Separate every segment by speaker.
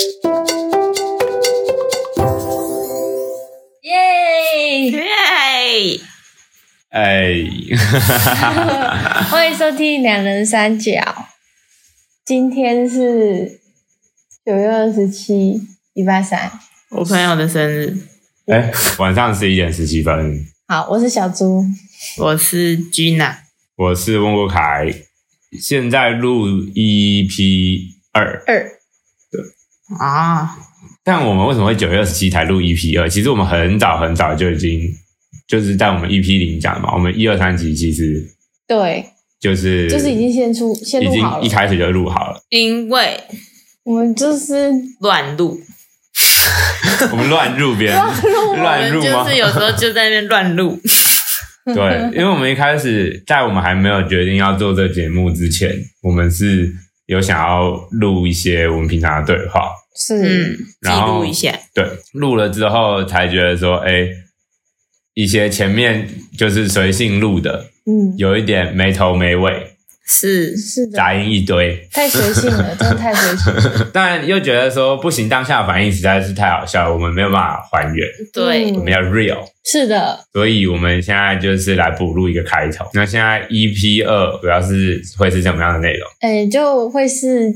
Speaker 1: 你。
Speaker 2: 欢迎收听《两人三角》，今天是九月二十七，礼拜三。
Speaker 3: 我朋友的生日，
Speaker 1: 哎、晚上十一点十七分，
Speaker 2: 好，我是小猪，
Speaker 3: 我是 Gina，
Speaker 1: 我是温国凯，现在录 EP 二。
Speaker 2: 二
Speaker 3: 啊，
Speaker 1: 但我们为什么会九月二十七才录 EP 二？其实我们很早很早就已经，就是在我们 EP 零讲嘛，我们一二三集其实
Speaker 2: 对，
Speaker 1: 就是
Speaker 2: 就是已经先出先
Speaker 1: 已
Speaker 2: 录好
Speaker 1: 经一
Speaker 2: 了。
Speaker 1: 开始就录好了，
Speaker 3: 因为
Speaker 2: 我们就是
Speaker 3: 乱录，
Speaker 1: 我们乱入别人乱入
Speaker 3: 我们
Speaker 1: 吗
Speaker 3: 就？是有时候就在那边乱 录，
Speaker 1: 对，因为我们一开始在我们还没有决定要做这节目之前，我们是有想要录一些我们平常的对话，
Speaker 2: 是、
Speaker 3: 嗯，记
Speaker 1: 然后
Speaker 3: 录一下，
Speaker 1: 对，录了之后才觉得说，哎，一些前面就是随性录的，
Speaker 2: 嗯
Speaker 1: 有一点没头没尾，
Speaker 3: 是
Speaker 2: 是的，
Speaker 1: 杂音一堆，
Speaker 2: 太随性了，真的太随性了。
Speaker 1: 但又觉得说不行，当下的反应实在是太好笑了，我们没有办法还原，
Speaker 3: 对，
Speaker 1: 我
Speaker 2: 嗯
Speaker 1: 们要 real。
Speaker 2: 是的，
Speaker 1: 所以我们现在就是来补录一个开头。那现在 EP 二主要是会是什么样的内容？
Speaker 2: 哎、就会是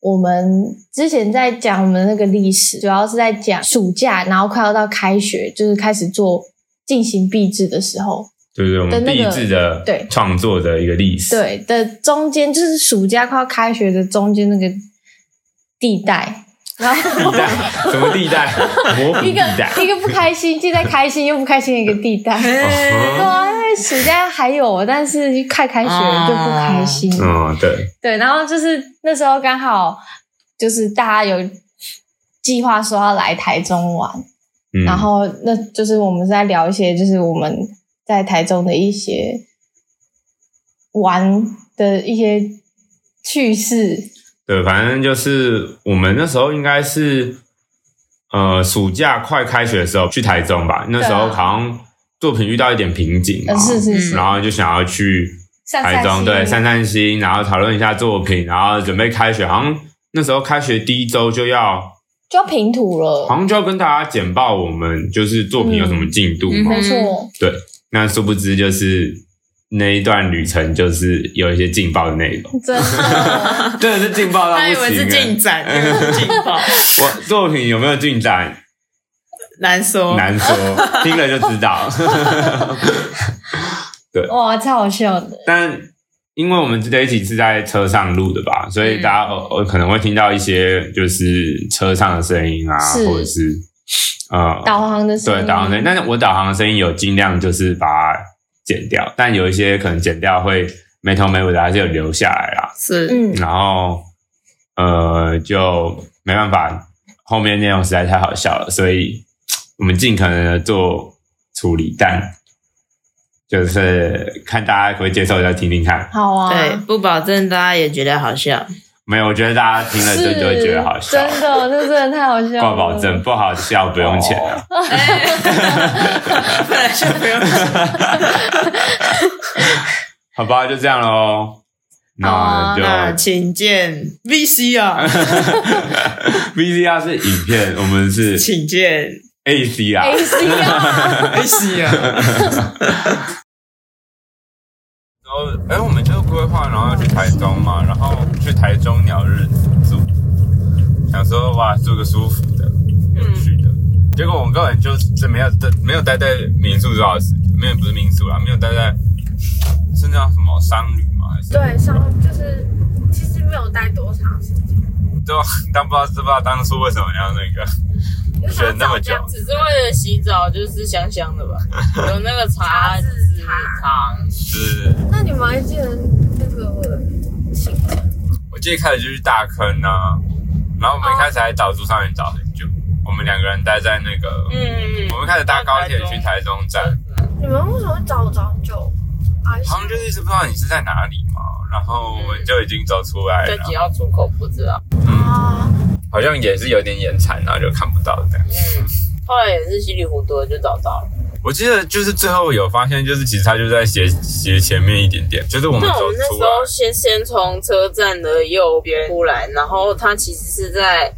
Speaker 2: 我们之前在讲我们那个历史，主要是在讲暑假，然后快要到开学，就是开始做进行毕制的时候，
Speaker 1: 对不对？我们
Speaker 2: 的那
Speaker 1: 励
Speaker 2: 个
Speaker 1: 志的
Speaker 2: 对
Speaker 1: 创作的一个历史。，
Speaker 2: 对的中间，就是暑假快要开学的中间那个地带，然后
Speaker 1: 地带 什么 地带？模糊
Speaker 2: 一
Speaker 1: 地
Speaker 2: 个
Speaker 1: 带。
Speaker 2: 一个不开心，既在开心又不开心的一个地带。 对
Speaker 1: 嗯
Speaker 2: 啊，因为暑假还有，但是快开学了就不开心。
Speaker 1: 嗯，对，
Speaker 2: 对，然后就是那时候刚好就是大家有计划说要来台中玩，
Speaker 1: 嗯，
Speaker 2: 然后那就是我们是在聊一些就是我们在台中的一些玩的一些趣事。
Speaker 1: 对，反正就是我们那时候应该是呃暑假快开学的时候去台中吧，那时候
Speaker 2: 对啊
Speaker 1: 好像作品遇到一点瓶颈嘛，
Speaker 2: 呃，是是是，
Speaker 1: 然后就想要去
Speaker 2: 散散
Speaker 1: 哦台中
Speaker 2: 心
Speaker 1: 对散散心，然后讨论一下作品，然后准备开学，好像那时候开学第一周就要，
Speaker 2: 就要平土了，
Speaker 1: 好像就要跟大家简报我们就是作品有什么进度
Speaker 3: 嗯
Speaker 1: 嘛。
Speaker 2: 没错，
Speaker 1: 那殊不知就是那一段旅程就是有一些劲爆的内 容，
Speaker 2: 真的
Speaker 1: 真的是劲爆到
Speaker 3: 他
Speaker 1: 不
Speaker 3: 以为是
Speaker 1: 行、
Speaker 3: 进
Speaker 1: 欸。
Speaker 3: 展，以为是劲爆，
Speaker 1: 我作品有没有进展
Speaker 3: 难说，
Speaker 1: 难 说，听了就知道。
Speaker 2: 哇，超好笑的。
Speaker 1: 但因为我们这一集是在车上录的吧，所以
Speaker 2: 嗯
Speaker 1: 大家偶偶可能会听到一些就是车上的声音啊，
Speaker 2: 是
Speaker 1: 或者是呃
Speaker 2: 导航的声音，
Speaker 1: 对导航声音。但是我导航的声音有尽量就是把它剪掉，但有一些可能剪掉会没头没尾的，还是有留下来啊啦。
Speaker 3: 是
Speaker 2: 嗯，
Speaker 1: 然后呃就没办法，后面内容实在太好笑了，所以我们尽可能的做处理，但就是看大家可不可以接受，再听听看。
Speaker 2: 好啊，
Speaker 3: 对，不保证大家也觉得好 笑，
Speaker 1: 没有，我觉得大家听了
Speaker 2: 是，
Speaker 1: 就就会觉得好笑，
Speaker 2: 真的，哦这真的太好笑了，
Speaker 1: 挂保证不好笑不用钱
Speaker 2: 哦
Speaker 1: 啊。
Speaker 3: 本来就不用讲，
Speaker 1: 好吧，就这样喽。
Speaker 2: 好啊
Speaker 1: 那就
Speaker 3: 那请见啊 VCR，
Speaker 1: VCR 是影片，我们是
Speaker 3: 请见
Speaker 1: AC 啊。
Speaker 2: A C 啊，
Speaker 3: VCR，
Speaker 1: 然后，哎、我们就规划，然后要去台中嘛，然后去台中鸟日住，想说哇，住个舒服的、有趣的。结果我们根本就是没有待，没有待在民宿多少时间，没有不是民宿啦，没有待在是那叫什么商旅吗？还是
Speaker 4: 对，上就是其实没有待多长时间，
Speaker 1: 就 但不知道知不知道当初为什么要那个选那么久？
Speaker 5: 只是为了洗澡，就是香香 的吧，有那个茶
Speaker 4: 茶
Speaker 5: 籽
Speaker 4: 籽
Speaker 5: 糖，
Speaker 1: 是
Speaker 4: 那你们还记得那个行程？
Speaker 1: 我记得一开始就是大坑啊，然后我们一开始还找住上面找很久，我们两个人待在那个，
Speaker 5: 嗯，
Speaker 1: 我们开始搭高铁去台中站。
Speaker 4: 你们为什么会找我找很久？啊，
Speaker 1: 他们就是一直不知道你是在哪里嘛，然后我们就已经走出来
Speaker 5: 这
Speaker 1: 了嗯
Speaker 5: 几，号出口不知道。
Speaker 4: 啊，
Speaker 1: 好像也是有点眼馋，然后就看不到这样。
Speaker 5: 嗯，后来也是稀里糊涂的就找到了。
Speaker 1: 我记得就是最后有发现，就是其实他就在斜斜前面一点点，就是我们
Speaker 5: 那我
Speaker 1: 走
Speaker 5: 们那
Speaker 1: 出
Speaker 5: 时
Speaker 1: 来，
Speaker 5: 候先先从车站的右边出来，然后它其实是在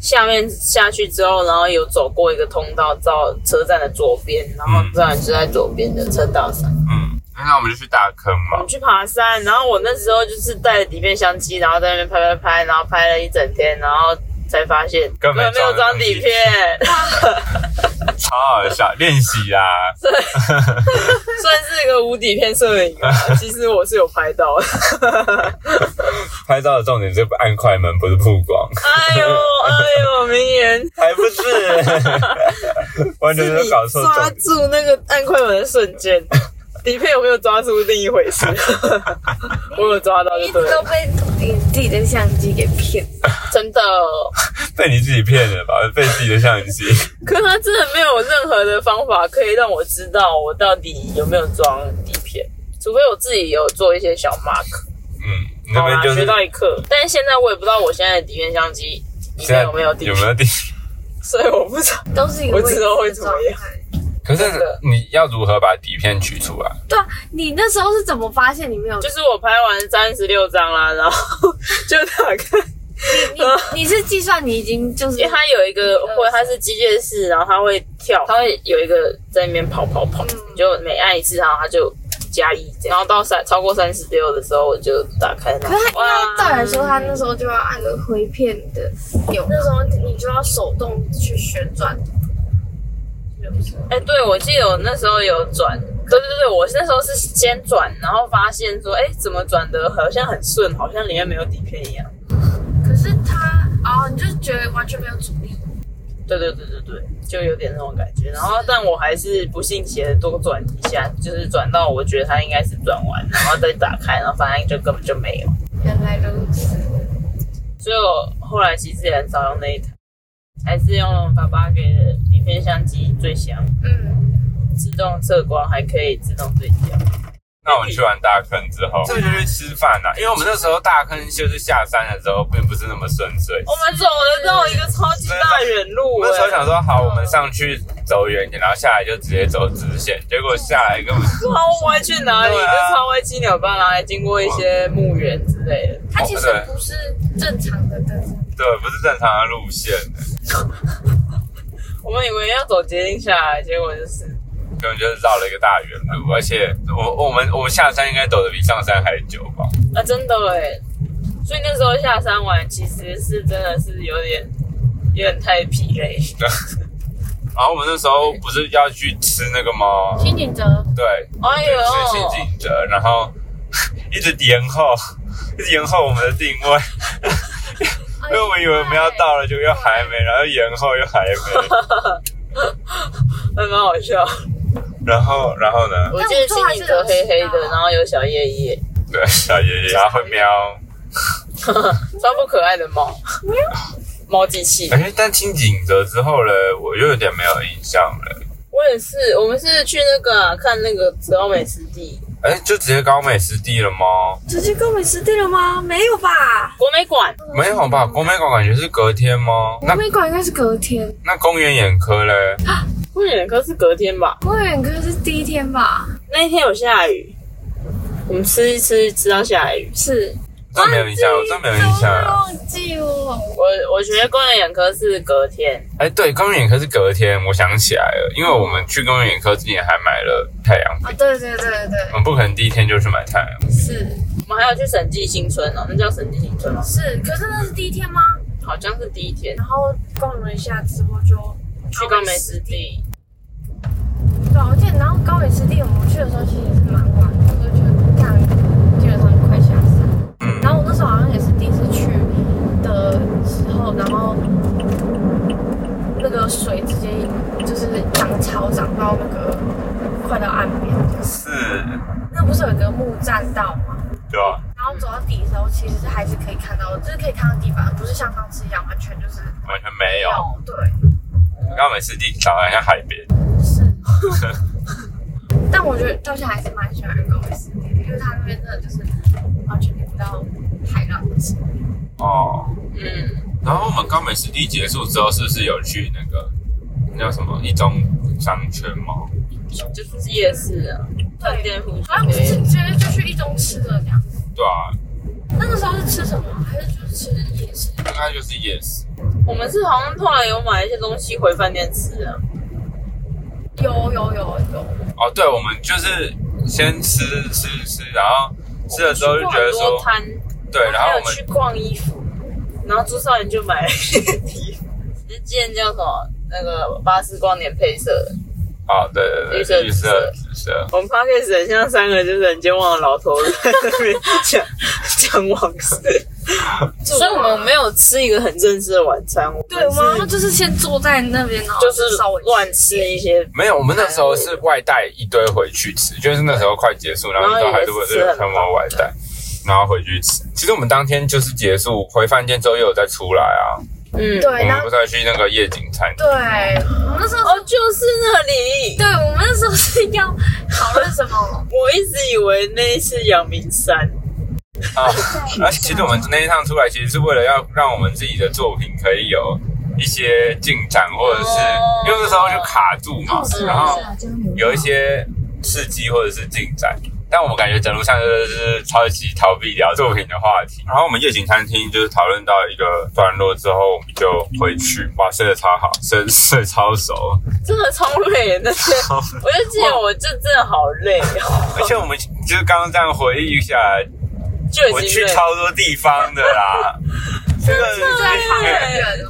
Speaker 5: 下面下去之后，然后有走过一个通道到车站的左边，然后
Speaker 1: 嗯
Speaker 5: 当然是在左边的车道上。
Speaker 1: 嗯，那我们就去大坑
Speaker 5: 我
Speaker 1: 嘛
Speaker 5: 们。去爬山，然后我那时候就是带着底片相机，然后在那边拍拍拍，然后拍了一整天，然后才发现
Speaker 1: 根本
Speaker 5: 没有装底 片。
Speaker 1: 超好笑，练习啊 啦。
Speaker 5: 算是一个无底片摄影啊，其实我是有拍到 的。
Speaker 1: 拍照的重点是按快门，不是曝 光，
Speaker 5: 哎呦哎呦，明言
Speaker 1: 还不 是，完全
Speaker 5: 是
Speaker 1: 是
Speaker 5: 你
Speaker 1: 搞错
Speaker 5: 抓
Speaker 1: 重点。
Speaker 5: 住那个按快门的瞬间，底片有没有抓住另一回事。 我有抓到
Speaker 4: 一
Speaker 5: 就
Speaker 4: 直
Speaker 5: 对
Speaker 4: 都
Speaker 5: 了，
Speaker 4: 被你自己的相机给骗。
Speaker 5: 真的。
Speaker 1: 被你自己骗了吧？被自己的相机。
Speaker 5: 可他真的没有任何的方法可以让我知道我到底有没有装底片，除非我自己有做一些小 mark。
Speaker 1: 嗯，你那
Speaker 5: 好
Speaker 1: 边
Speaker 5: 啦，
Speaker 1: 就是
Speaker 5: 学到一课，但是现在我也不知道我现在的底片相机里
Speaker 1: 现在
Speaker 5: 面
Speaker 1: 嗯
Speaker 5: 有没有底
Speaker 1: 有
Speaker 5: 片，
Speaker 1: 没有底？
Speaker 5: 所以我不知道。
Speaker 4: 都是一个
Speaker 5: 我知道会怎么样
Speaker 4: 未知的状态。
Speaker 1: 可是
Speaker 5: 真的
Speaker 1: 你要如何把底片取出来？
Speaker 4: 对啊，你那时候是怎么发现你没有？
Speaker 5: 就是我拍完三十六张啦，然后就打 开，
Speaker 4: 你你是计算你已经就是
Speaker 5: 因为它有一个会，它是机械式，然后它会跳，它会有一个在那边跑跑跑，你就每按一次，然后它就加一这样，然后到三超过三十六的时候，我就打开那
Speaker 4: 可
Speaker 5: 个。
Speaker 4: 是他应该照理来说，
Speaker 5: 哇
Speaker 4: 他那时候就要按个回片的钮，那时候你就要手动去旋转。是不是
Speaker 5: 哎、对，我记得我那时候有转，对对对，我那时候是先转，然后发现说，哎、怎么转的好像很顺，好像里面没有底片一样。
Speaker 4: 可是他哦，你就觉得完全没有阻力。
Speaker 5: 对对对对对，就有点那种感觉。然后，但我还是不信邪的多转一下，就是转到我觉得它应该是转完，然后再打开，然后发现就根本就没有。
Speaker 4: 原来如此，
Speaker 5: 所以我后来其实也很少用那一台，还是用爸爸给的底片相机最香，
Speaker 4: 嗯，
Speaker 5: 自动测光还可以自动对焦。
Speaker 1: 那我们去完大坑之后，这就去吃饭啊啦、因为我们那时候大坑就是下山的时候，并不是那么顺遂。
Speaker 5: 我们走了到一个超级大远路、
Speaker 1: 哦我
Speaker 5: 欸，
Speaker 1: 那时候想说，好，我们上去走远一点，然后下来就直接走直线。结果下来根本
Speaker 5: 超歪啊去哪里？
Speaker 1: 对啊
Speaker 5: 就超歪七扭八，然后还经过一些墓园之类的。
Speaker 4: 它其实不是正常的登山，
Speaker 1: 哦对，不是正常的路线，
Speaker 5: 我们以为要走捷径下来，结果就是
Speaker 1: 根本就是绕了一个大远路。而且我我们我们下山应该走的比上山还久吧？
Speaker 5: 啊，真的哎。所以那时候下山玩，其实是真的是有点有点太疲累。
Speaker 1: 然后我们那时候不是要去吃那个吗？
Speaker 4: 新景泽
Speaker 1: 对，
Speaker 5: 哎呦，
Speaker 1: 是性景者，然后一直延后，一直延后我们的定位，因为我们以为我们要到了，就又还没，然后延后又还没，
Speaker 5: 还蛮好笑。
Speaker 1: 然后然后呢？
Speaker 5: 我记得青景泽黑黑的，然后有小叶叶，
Speaker 1: 对，小爷爷他会喵，
Speaker 5: 超不可爱的猫，猫机器。
Speaker 1: 哎，但清景泽之后呢，我又有点没有印象了。
Speaker 5: 我也是，我们是去那个啊、看那个泽奥美湿地
Speaker 1: 哎，就直接高美湿地了吗？
Speaker 4: 直接跟美食地了吗？没有吧？
Speaker 5: 国美馆，
Speaker 1: 没有吧？国美馆感觉是隔天吗？那
Speaker 4: 国美馆应该是隔天，那
Speaker 1: 那公园眼科嘞？
Speaker 5: 公园科是隔天吧？
Speaker 4: 公园哥是第一天吧？
Speaker 5: 那一天有下雨，我们吃一吃吃到下雨。
Speaker 4: 是，
Speaker 1: 这没有印象，我真没有印象
Speaker 4: 怎么
Speaker 1: 啊。
Speaker 4: 忘记我。
Speaker 5: 我我觉得公园眼科是隔天，
Speaker 1: 哎，对，公园眼科是隔天，我想起来了，因为我们去公园眼科之前还买了太阳
Speaker 4: 啊，
Speaker 1: 饼，
Speaker 4: 对对对对
Speaker 1: 我，们不可能第一天就去买太阳饼。
Speaker 4: 是
Speaker 5: 我们还有去审计新村哦，那叫审计新村哦，
Speaker 4: 是，可是那是第一天吗？
Speaker 5: 好像是第一天
Speaker 4: 然后逛了一下之后就
Speaker 5: 去高美湿地，
Speaker 4: 对啊，我记得，然后高美湿地我们去的时候其实也是蛮晚的，我就觉得干，基本上就快下山。
Speaker 1: 嗯，
Speaker 4: 然后我那时候好像也是第一次去的时候，然后那个水直接就是涨潮涨到那个快到岸边，
Speaker 1: 是，
Speaker 4: 那不是有一个木栈道吗？
Speaker 1: 对啊吧？
Speaker 4: 然后走到底的时候，其实是还是可以看到，就是可以看到地板，不是像上次一样完全就是
Speaker 1: 完全没有。
Speaker 4: 有对，
Speaker 1: 高美湿地长得很像海边，
Speaker 4: 是。但我觉得到现在还是蛮喜欢高美湿地，因为它那边真的就是完全看不到海浪的声音。
Speaker 1: 哦。
Speaker 5: 嗯，
Speaker 1: 然后我们高美湿地结束之后，是不是有去那个那叫什么一中商圈吗？
Speaker 5: 就是夜市啊，饭店附
Speaker 4: 好像不是
Speaker 5: 近。
Speaker 4: 直接就去一中吃的这样。
Speaker 1: 对啊，
Speaker 4: 那个时候是吃什么？还是就是吃夜市？
Speaker 1: 应该就是夜市。
Speaker 5: 我们是好像后来有买一些东西回饭店吃啊，
Speaker 4: 有有有有，
Speaker 1: 哦，对，我们就是先吃吃吃，然后吃的时候就觉得
Speaker 5: 我们去逛很多
Speaker 1: 说，
Speaker 5: 摊，
Speaker 1: 对，然后
Speaker 5: 还
Speaker 1: 我
Speaker 5: 有去
Speaker 1: 们
Speaker 5: 逛衣服，然后朱少爷就买了一件衣服，那件叫什么？那个巴斯光年配色的。
Speaker 1: 啊，对对
Speaker 5: 绿色
Speaker 1: 对，绿色紫色，
Speaker 5: 我们 podcast 很像三个就是很健忘的老头在那边讲讲往 事，所以我们没有吃一个很正式的晚餐，我们
Speaker 4: 对，我
Speaker 5: 是
Speaker 4: 们就是先坐在那边，然后
Speaker 5: 就是
Speaker 4: 稍微
Speaker 5: 乱吃一些，
Speaker 1: 没有，我们那时候是外带一堆回去吃，就是那时候快结束，然后都还是
Speaker 5: 然后也是吃很
Speaker 1: 他们外带，然后回去吃。其实我们当天就是结束回饭店之后又有再出来啊，
Speaker 5: 嗯，
Speaker 4: 对，
Speaker 1: 我
Speaker 4: 然
Speaker 1: 们
Speaker 4: 后
Speaker 1: 不是还去那个夜景餐
Speaker 4: 对，我们那时候
Speaker 5: 哦，就是那里，
Speaker 4: 对，我们那时候是要讨论什么？
Speaker 5: 我一直以为那是阳明山，
Speaker 1: 啊？ 而且其实我们那一趟出来，其实是为了要让我们自己的作品可以有一些进展，或者是因为那时候就卡住嘛，然后有一些事迹或者是进展。但我们感觉整路上就是超级逃避聊作品的话题。然后我们夜景餐厅就是讨论到一个段落之后，我们就回去，哇，睡得超好，睡睡超熟。
Speaker 5: 真的超累，那天我就记得我就真的好累哦，
Speaker 1: 而且我们就是刚刚这样回忆一下来，
Speaker 5: 就
Speaker 1: 我
Speaker 5: 已经
Speaker 1: 去
Speaker 5: 累。
Speaker 1: 超多地方的啦。这个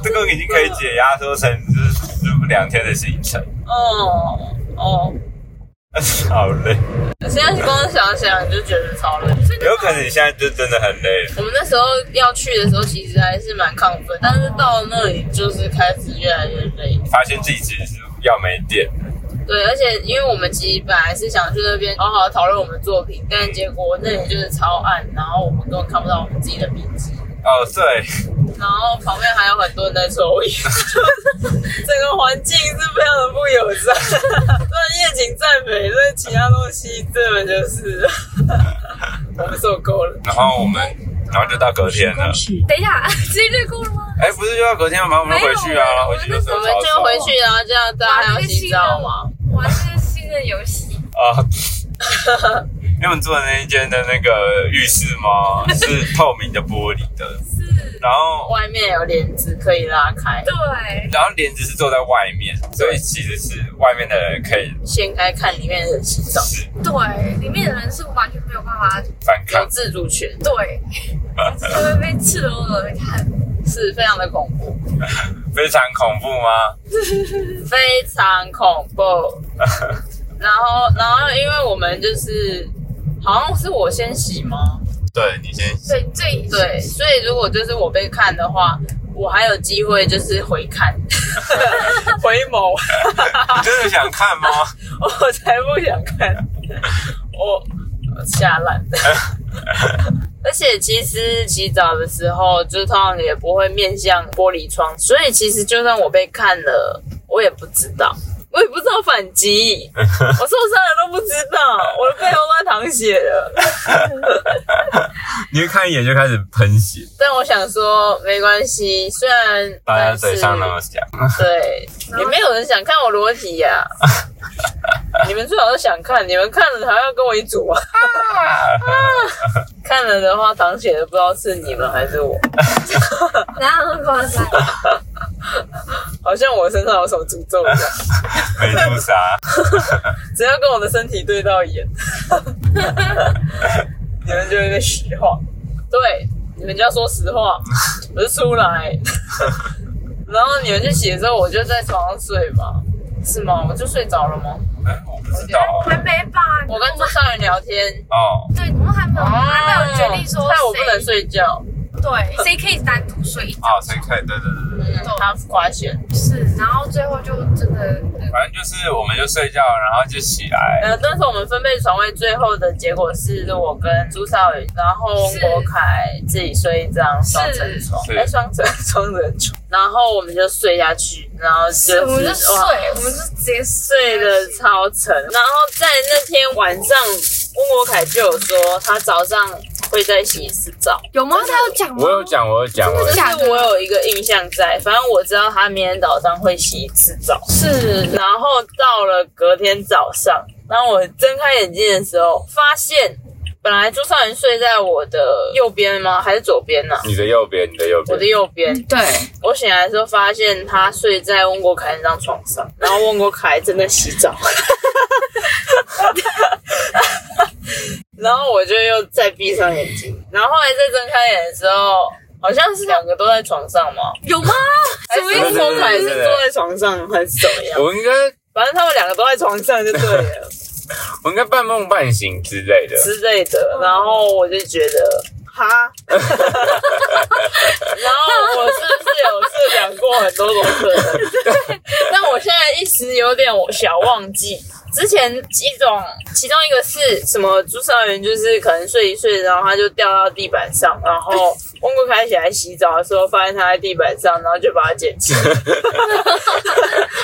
Speaker 1: 这个已经可以解压缩成就是就是两天的行程，
Speaker 5: 哦哦，
Speaker 1: 好累。
Speaker 5: 现在光想想就觉得超累。
Speaker 1: 有可能你现在就真的很累了。
Speaker 5: 我们那时候要去的时候，其实还是蛮亢奋，但是到那里就是开始越来越累。
Speaker 1: 发现自己其实是要没电，
Speaker 5: 对，而且因为我们其实本来是想去那边哦好好讨论我们的作品，但结果那里就是超暗，然后我们根本看不到我们自己的笔记，
Speaker 1: 哦，对，
Speaker 5: 然后旁边还有很多人在抽烟，整个环境是非常的不友善。虽然夜景再美，但其他东西根本就是。 我们受够了，
Speaker 1: 然后我们，然后就到隔天了。
Speaker 4: 等一下，直接略过了吗？
Speaker 1: 哎，不是就到隔天吗？我们就回去啊，回
Speaker 4: 没有
Speaker 1: 去就是
Speaker 5: 我们就回去，然后这样大家还要洗澡嘛。
Speaker 4: 玩这个新的游戏，
Speaker 1: 啊。因为我们住的那一间的那个浴室 嘛，是透明的玻璃的，
Speaker 4: 是，
Speaker 1: 然后
Speaker 5: 外面有帘子可以拉开，
Speaker 4: 对，
Speaker 1: 然后帘子是坐在外面，所以其实是外面的人可以
Speaker 5: 掀开看里面的洗澡，
Speaker 1: 是
Speaker 4: 对，里面的人是完全没有办法，
Speaker 1: 反
Speaker 5: 有
Speaker 1: 抗。
Speaker 5: 自主权，
Speaker 4: 对， 就会被赤裸裸的看，
Speaker 5: 是非常的恐怖，
Speaker 1: 非常恐怖吗？
Speaker 5: 非常恐 怖。然后，然后因为我们就是好像是我先洗吗？
Speaker 1: 对你先，
Speaker 4: 所以最
Speaker 5: 对，所以如果就是我被看的话，我还有机会就是回看， 回眸，
Speaker 1: 你真的想看吗？
Speaker 5: 我才不想看，我吓烂。 而且其实洗澡的时候，就是通常也不会面向玻璃窗，所以其实就算我被看了，我也不知道，我也不知道反击，我受伤了都不知道，我的背后都在淌血 了。
Speaker 1: 你一看一眼就开始喷血，
Speaker 5: 但我想说，没关系，虽然
Speaker 1: 大家嘴上那么讲，
Speaker 5: 对，也没有人想看我裸体呀、你们最好是想看，你们看了还要跟我一组啊！看了的话，淌血的不知道是你们还是我，
Speaker 4: 哪有那么夸 张？
Speaker 5: 好像我身上有什么诅咒一样，
Speaker 1: 没出啥。
Speaker 5: 只要跟我的身体对到眼，你们就会被石化。对，你们就要说实话，我就出来，然后你们去洗的时候，我就在床上睡嘛，是吗？我就睡着了吗？
Speaker 1: 哎我不知道
Speaker 4: 还没吧？
Speaker 5: 我跟朱少爷聊天，
Speaker 1: 哦，
Speaker 4: 对，我们还没有，还没有决定说
Speaker 5: 害哦我不能
Speaker 4: 谁，
Speaker 5: 睡觉。
Speaker 4: 对，谁可以单独睡一
Speaker 1: 哦，谁可以？对对对对，
Speaker 5: 嗯，他花钱。
Speaker 4: 次，然后最后就真的，
Speaker 1: 反正就是我们就睡觉，然后就起来。
Speaker 5: 呃，但是我们分配床位，最后的结果是我跟朱少宇，然后
Speaker 4: 是
Speaker 5: 国凯自己睡一张双层床，
Speaker 1: 是
Speaker 5: 哎，双层双人床，然后我们就睡下去，然后就是
Speaker 4: 我们就睡
Speaker 5: 哇，
Speaker 4: 我们就直接
Speaker 5: 睡的超沉。然后在那天晚上，温国凯就有说他早上会在洗一次澡，
Speaker 4: 有吗？他有讲吗？
Speaker 1: 我有，讲，我有讲，我
Speaker 5: 就
Speaker 1: 有
Speaker 4: 真的
Speaker 1: 讲
Speaker 5: 是
Speaker 4: 假的
Speaker 5: 我有一个印象在，反正我知道他明天早上会洗一次澡。
Speaker 4: 是
Speaker 5: 然后到了隔天早上，当我睁开眼睛的时候，发现本来朱少元睡在我的右边吗？还是左边呢、
Speaker 1: 你的右边，你的右边，
Speaker 5: 我的右边。
Speaker 4: 对，
Speaker 5: 我醒来的时候发现他睡在温国凯那张床上，然后温国凯正在洗澡，然后我就又再闭上眼睛，然后后来再睁开眼的时候，好像是两个都在床上嘛，
Speaker 4: 有吗？
Speaker 5: 还是温国凯是坐在床上还是怎么样？
Speaker 1: 我应该
Speaker 5: 反正他们两个都在床上就对了
Speaker 1: 我应该半梦半醒之类的。
Speaker 5: 之类的，然后我就觉得。哈，然后我是不是有设想过很多种可能？但我现在一时有点小忘记。之前一种，其中一个是什么？朱少元就是可能睡一睡，然后他就掉到地板上，然后温国凯起来洗澡的时候，发现他在地板上，然后就把他捡起来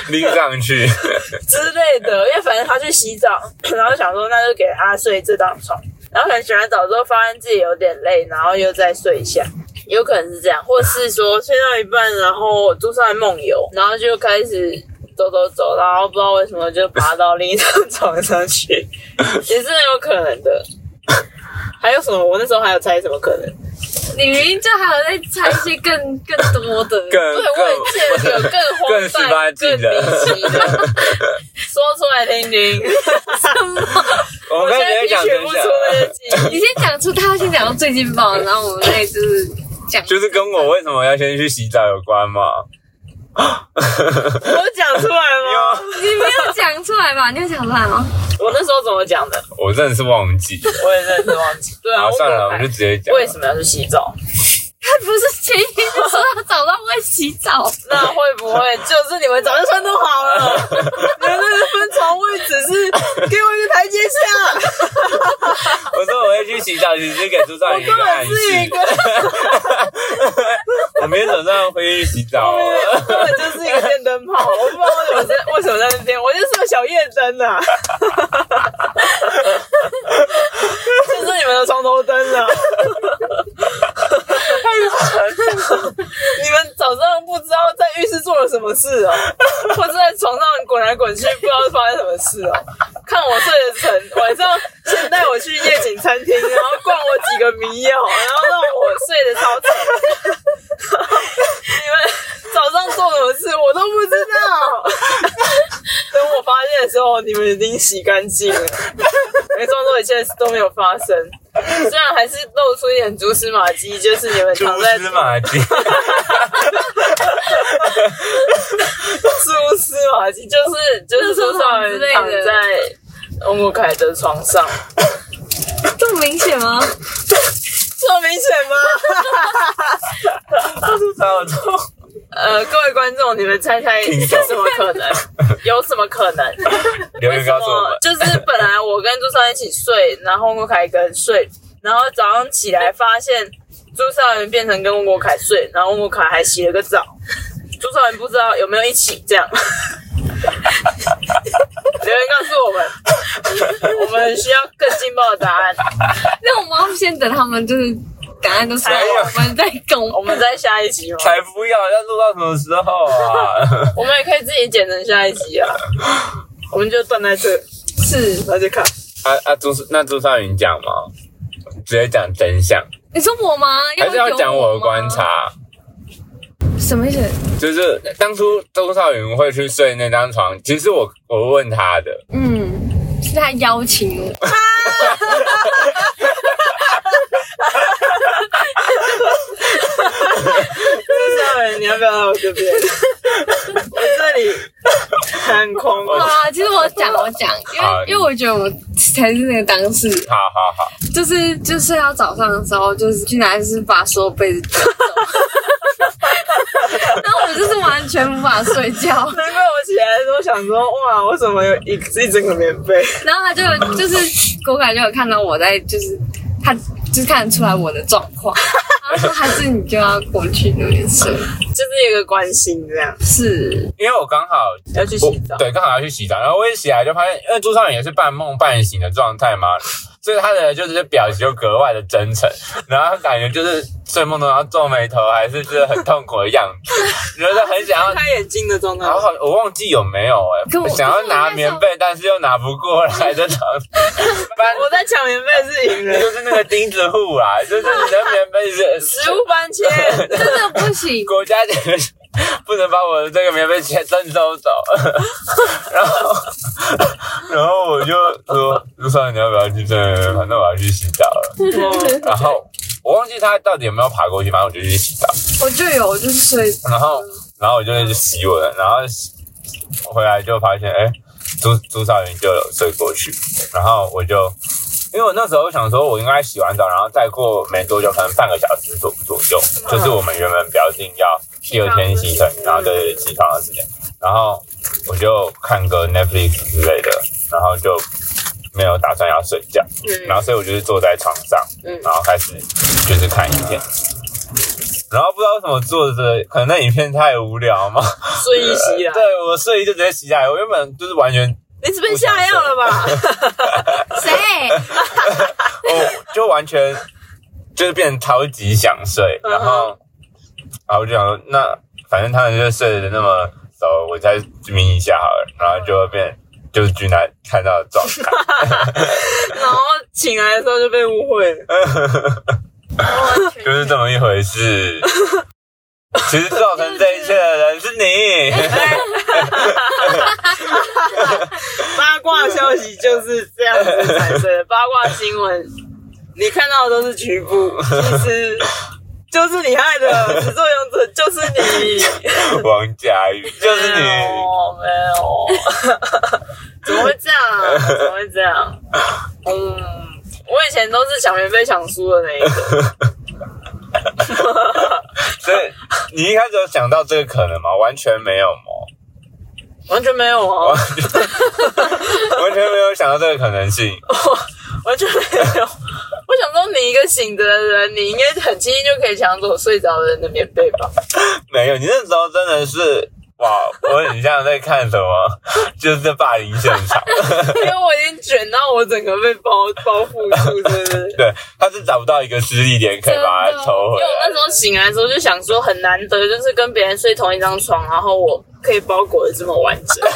Speaker 1: 拎上 去，
Speaker 5: 之类的。因为反正他去洗澡，然后想说那就给他睡这张床，然后可能洗完澡之后发现自己有点累，然后又再睡一下。有可能是这样，或是说睡到一半，然后朱少元梦游，然后就开始走走走，然后不知道为什么就爬到另一张床上去，也是很有可能的。还有什么？我那时候还有猜什么可能？
Speaker 4: 你明明就还有在猜一些更 更多的，
Speaker 1: 更
Speaker 5: 对，我也记得有更
Speaker 1: 更十
Speaker 5: 荒
Speaker 1: 八
Speaker 5: 诞、
Speaker 1: 禁
Speaker 5: 更
Speaker 1: 的
Speaker 5: 离奇的， 说出来听听。
Speaker 1: 更 我
Speaker 5: 我
Speaker 1: 刚
Speaker 5: 现
Speaker 1: 才
Speaker 5: 在
Speaker 1: 在
Speaker 5: 已经
Speaker 1: 讲
Speaker 5: 学
Speaker 1: 真
Speaker 5: 不出
Speaker 1: 相，
Speaker 5: 那些记
Speaker 4: 你
Speaker 5: 忆。
Speaker 4: 先讲出他要先讲到最劲爆，然后我们再就是讲，
Speaker 1: 就是跟我为什么要先去洗澡有关嘛。
Speaker 5: 我讲出来吗？
Speaker 1: 因为
Speaker 4: 你没有讲出来吧？你有讲出来吗？
Speaker 5: 我那时候怎么讲的？
Speaker 1: 我真的是忘记了，
Speaker 5: 我也真的忘 记。对啊，
Speaker 1: 好
Speaker 5: 我
Speaker 1: 算
Speaker 5: 本
Speaker 1: 了，我
Speaker 5: 来
Speaker 1: 就直接讲。
Speaker 5: 为什么要去洗澡？
Speaker 4: 他不是前一天就说他早上会洗澡，
Speaker 5: 那会不会就是你们早就穿都好了？ 你们那个分床位只是给我一个台阶下，
Speaker 1: 我说我会去洗澡，其实是给朱少爷一个暗示。
Speaker 5: 是一个
Speaker 1: 我明天早上会去洗澡。哦
Speaker 5: 根本就是一个电灯泡。我不知道为什么在为什么在那边，我就是个小夜灯 啊，就是你们的床头灯 啊。你们早上不知道在浴室做了什么事哦，或者在床上滚来滚去，不知道发生什么事哦。看我睡得沉，晚上先带我去夜景餐厅，然后灌我几个迷药，然后让我睡得超沉。你们早上做什么事我都不知道。等我发现的时候，你们已经洗干净了，没装作一切都没有发生。虽然还是露出一点蛛丝马迹，就是你们
Speaker 1: 蛛
Speaker 5: 藏在
Speaker 1: 丝马迹，
Speaker 5: 蛛丝马迹，就是就是多少人躺在翁国凯的床上，
Speaker 4: 这么明显吗？
Speaker 5: 这么明显吗？
Speaker 1: 超痛。
Speaker 5: 呃，各位观众，你们猜猜
Speaker 1: 听
Speaker 5: 是
Speaker 1: 懂
Speaker 5: 什么可能？有什么可能？
Speaker 1: 留
Speaker 5: 为
Speaker 1: 言
Speaker 5: 什
Speaker 1: 告诉我
Speaker 5: 么
Speaker 1: 们？，
Speaker 5: 就是本来我跟朱少元一起睡，然后翁国凯一个人睡，然后早上起来发现朱少元变成跟翁国凯睡，然后翁国凯还洗了个澡， 朱少元不知道有没有一起这样。 留言告诉我们，我们 需要更劲爆的答案，
Speaker 4: 那我们要先等他们就是答案都出来，
Speaker 1: 还有
Speaker 4: 我们再公
Speaker 5: 我
Speaker 4: 布。
Speaker 5: 们在下一集吗？
Speaker 1: 才不要，要录到什么时候 啊？
Speaker 5: 我们也可以自己剪成下一集啊，我们就断在这，是，那就看。
Speaker 1: 啊啊，朱那朱少云讲吗？直接讲真相，
Speaker 4: 你说我吗？
Speaker 1: 还是要
Speaker 4: 有
Speaker 1: 讲我的
Speaker 4: 吗
Speaker 1: 观？察？
Speaker 4: 什么意思？
Speaker 1: 就是当初周少云会去睡那张床，其实我我问他的，
Speaker 4: 嗯，是他邀请我，
Speaker 5: 下面你要不要来我这边？我这里很空旷。
Speaker 4: 啊，其实我讲我讲，因
Speaker 1: 好
Speaker 4: 为因为我觉得我才是那个当事人。
Speaker 1: 好好好，
Speaker 4: 就是就睡到早上的时候，就是居然是把所有被子卷走， 然后我就是完全无法睡觉。
Speaker 5: 难怪我起来的时候想说，哇，我怎么有一一整个棉被？
Speaker 4: 然后他就有就是狗感就有看到我在，就是他就是看得出来我的状况， 然后说还是你就要过去那边睡，
Speaker 5: 就是一个关心这样，
Speaker 4: 是
Speaker 1: 因为我刚好
Speaker 5: 要去洗
Speaker 1: 我
Speaker 5: 澡。
Speaker 1: 对，刚好要去洗澡，然后我一起来就发现，因为朱少云也是半梦半醒的状态嘛，所以他的就是表情就格外的真诚，然后感觉就是睡梦中然后皱眉头，还是就是很痛苦的样子，就是很想 要。
Speaker 5: 开眼睛的状态
Speaker 1: 然。后我忘记有没有哎、
Speaker 4: 可我
Speaker 1: 想要拿棉被，但是又拿不过来的场，班
Speaker 5: 我在抢棉被是赢人，
Speaker 1: 就是那个钉子户啦，就是你的棉被是。
Speaker 5: 食物搬迁，
Speaker 4: 真的不行
Speaker 1: 国家觉得不能把我的这个棉被钱征收走， 然后然后我就说陆上你要不要去这？反正我要去洗澡了。
Speaker 5: 嗯
Speaker 1: 然后我忘记他到底有没有爬过去，反正我就去洗澡。
Speaker 4: 我就有，我就是睡，
Speaker 1: 然后然后我就去洗我的，然后洗回来就发现哎，朱朱少云就有睡过去，然后我就。因为我那时候想说，我应该洗完澡，然后再过没多久，可能半个小时左左右，就是我们原本表定要第二天洗腿，然后对起床的时间，然后我就看个 Netflix 之类的，然后就没有打算要睡觉，然后所以我就是坐在床上，
Speaker 5: 嗯
Speaker 1: 然后开始就是看影片，然后不知道为什么坐着，可能那影片太无聊嘛，
Speaker 5: 睡一洗啊啦。
Speaker 1: 对我睡衣就直接洗下来，我原本就是完全
Speaker 5: 你是被下药了吧？
Speaker 4: 谁？
Speaker 1: 我哦就完全就是变得超级想睡，
Speaker 5: 嗯
Speaker 1: 然后，然后我就想说，那反正他们就睡得那么熟，我再眯一下好了，然后就会变就是居然看到的 状态，
Speaker 5: 然后醒来的时候就被误会了。
Speaker 1: 就是这么一回事。 其实造成这一切的人是你，
Speaker 5: 八卦消息就是这样子产生的，八卦新闻你看到的都是局部，其实就是你害的，始作俑者就是你，
Speaker 1: 王佳宇就是
Speaker 5: 没有
Speaker 1: 你。，
Speaker 5: 没有， 怎么会这样？啊怎么会这样？嗯，我以前都是抢棉被抢输的那一个，
Speaker 1: 所以你一开始有想到这个可能吗？完全没有吗？
Speaker 5: 完全没有哦，
Speaker 1: 完全没有想到这个可能性。
Speaker 5: 完全没有。我想说，你一个醒着的人，你应该很轻易就可以抢走睡着的人的棉被吧？
Speaker 1: 没有，你那时候真的是哇，我很像在看什么， 就是霸凌现场。
Speaker 5: 因为我已经卷到我整个被包包覆住，对不对？因
Speaker 1: 对，他是找不到一个失力点可以把它抽回
Speaker 5: 为我那时
Speaker 1: 来。
Speaker 5: 候醒来的时候就想说，很难得就是跟别人睡同一张床，然后我可以包裹的这么完整。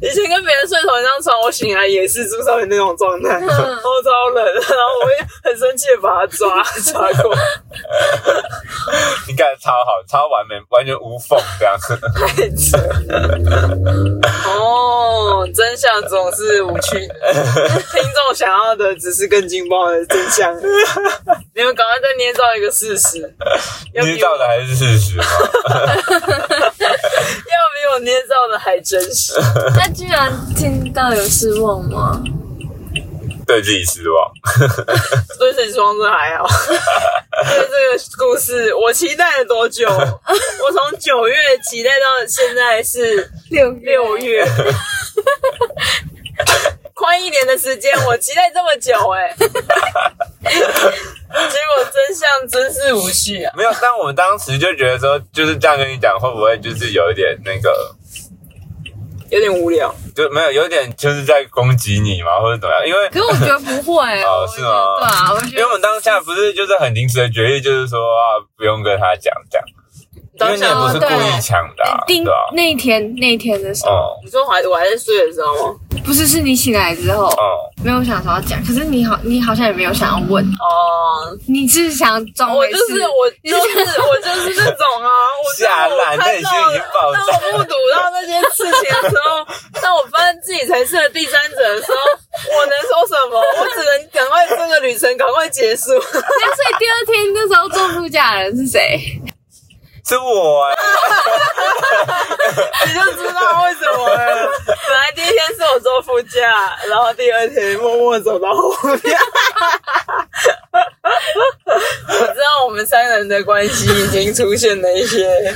Speaker 5: 以前跟别人睡同一张床，我醒来也是朱少云那种状态， 然后超冷，然后我也很生气的把他抓 抓过，
Speaker 1: 你干得超好，超完美，完全无缝这样。
Speaker 5: 太扯了。哦，真相总是无趣的，听众想要的只是更劲爆的真相。 你们赶快再捏造一个事实， 要比
Speaker 1: 捏
Speaker 5: 我
Speaker 1: 造的还是事实吗？
Speaker 5: 要比我捏造的还真实。
Speaker 4: 那居然听到有失望吗？
Speaker 1: 对自己失望。
Speaker 5: 对水双真的还 好，对这个故事我期待了多久？我从九月期待到现在是
Speaker 4: 六月
Speaker 5: 六， 月，快一年的时间，我期待这么久哎、 结果真相真是无趣啊！
Speaker 1: 没有，但我们当时就觉得说，就是这样跟你讲，会不会就是有一点那个，
Speaker 5: 有点无聊，
Speaker 1: 就没有有点就是在攻击你嘛，或者怎么样？因为
Speaker 4: 可是 我觉得不会
Speaker 1: 哦
Speaker 4: 我觉得
Speaker 1: 是吗
Speaker 4: 对啊，我
Speaker 1: 因
Speaker 4: 觉
Speaker 1: 为我
Speaker 4: 得
Speaker 1: 们当下不是就是很临时的决议，就是说啊，不用跟他讲这样，因为你也不
Speaker 5: 啊
Speaker 1: 是故意抢的、啊，对
Speaker 4: 定
Speaker 1: 吧、
Speaker 4: 那一天那一天的时候，
Speaker 1: 哦、
Speaker 5: 你说我还我还在睡的时候吗？
Speaker 4: 不是是你醒来之后
Speaker 1: 哦、
Speaker 4: 没有想说要讲，可是你好你好像也没有想要问，
Speaker 1: 嗯
Speaker 5: 哦、
Speaker 4: 你是想装
Speaker 5: 我
Speaker 4: 没
Speaker 5: 哦就
Speaker 4: 事
Speaker 5: 是我就是我就是这种啊，我 就是
Speaker 1: 下
Speaker 5: 我
Speaker 1: 烂，那
Speaker 5: 看
Speaker 1: 已
Speaker 5: 到
Speaker 1: 经已经爆
Speaker 5: 当
Speaker 1: 炸。
Speaker 5: 我目睹到那些事情的时 候，当我发现自己才是个第三者的时候，我能说什么？我只能赶快这个旅程赶快结束。
Speaker 4: 那所以第二天那时候做副驾的人是谁？
Speaker 1: 是我、欸，
Speaker 5: 你就知道为什么了。本来第一天是我坐副驾，然后第二天默默走到后面。 我知道我们三人的关系已经出现了一些，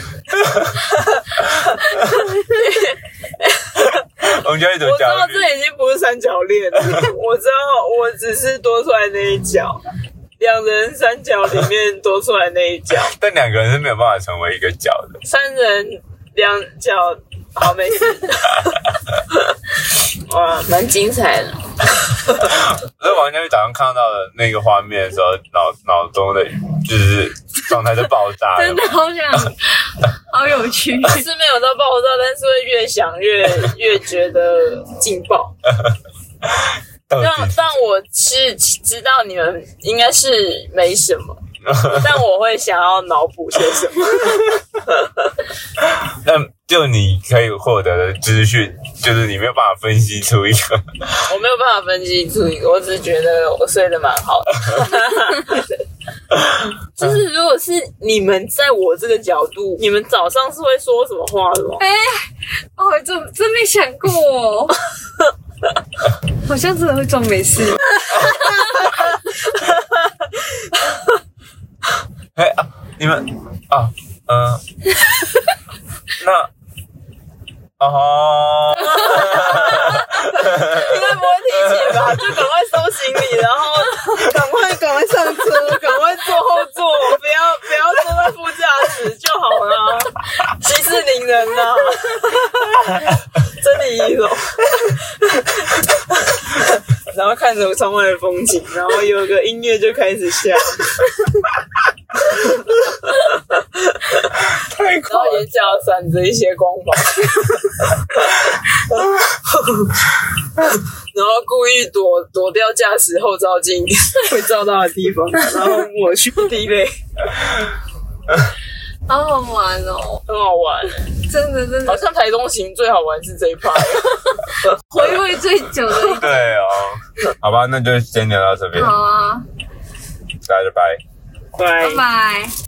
Speaker 1: 我们就一直
Speaker 5: 我知道
Speaker 1: 讲，
Speaker 5: 这已经不是三角恋 了，我知道我只是多出来那一角，两人三角里面多出来那一角，
Speaker 1: 但两个人是没有办法成为一个角的。
Speaker 5: 三人两角好没事。哇，蛮精彩的。
Speaker 1: 在王家玉早上看到的那个画面的时候，脑脑中的就是状态就爆炸了
Speaker 4: 真。的好想，好有趣。
Speaker 5: 是没有到爆炸，但是会越想越越觉得劲爆。
Speaker 1: 到
Speaker 5: 但
Speaker 1: 底
Speaker 5: 但我是知道你们应该是没什 么，但我会想要脑补些什么。
Speaker 1: 那就你可以获得的资讯，就是你没有办法分析出一个。
Speaker 5: 我没有办法分析出一个，我只是觉得我睡得蛮好的。 就是如果是你们在我这个角度，你们早上是会说什么话的吗？
Speaker 4: 哎、哦，真真没想过、 哦，好像真的会装没事。
Speaker 1: 哎啊，你们啊，嗯、那。哦，
Speaker 5: 应该不会提起吧？就 赶快收行李，然后赶快赶快上车，赶快坐后座，不要不要坐在副驾驶就好了， 息事宁人呐、 真的一种。然后看着窗外的风景，然后有个音乐就开始 下，
Speaker 1: 太
Speaker 5: 然后眼角闪着一些光芒，然后故意躲躲掉驾驶后照镜 会照到的地方，然后我去地雷，
Speaker 4: 好好玩哦，
Speaker 5: 很好玩。
Speaker 4: 真的真
Speaker 5: 好
Speaker 4: 的，
Speaker 5: 像台东行最好玩是这一趴，
Speaker 4: 回味最久的 一
Speaker 1: 对哦，好吧，那就先聊到这边，
Speaker 4: 个。好啊，
Speaker 1: 大家就拜。
Speaker 5: 拜
Speaker 4: 拜拜。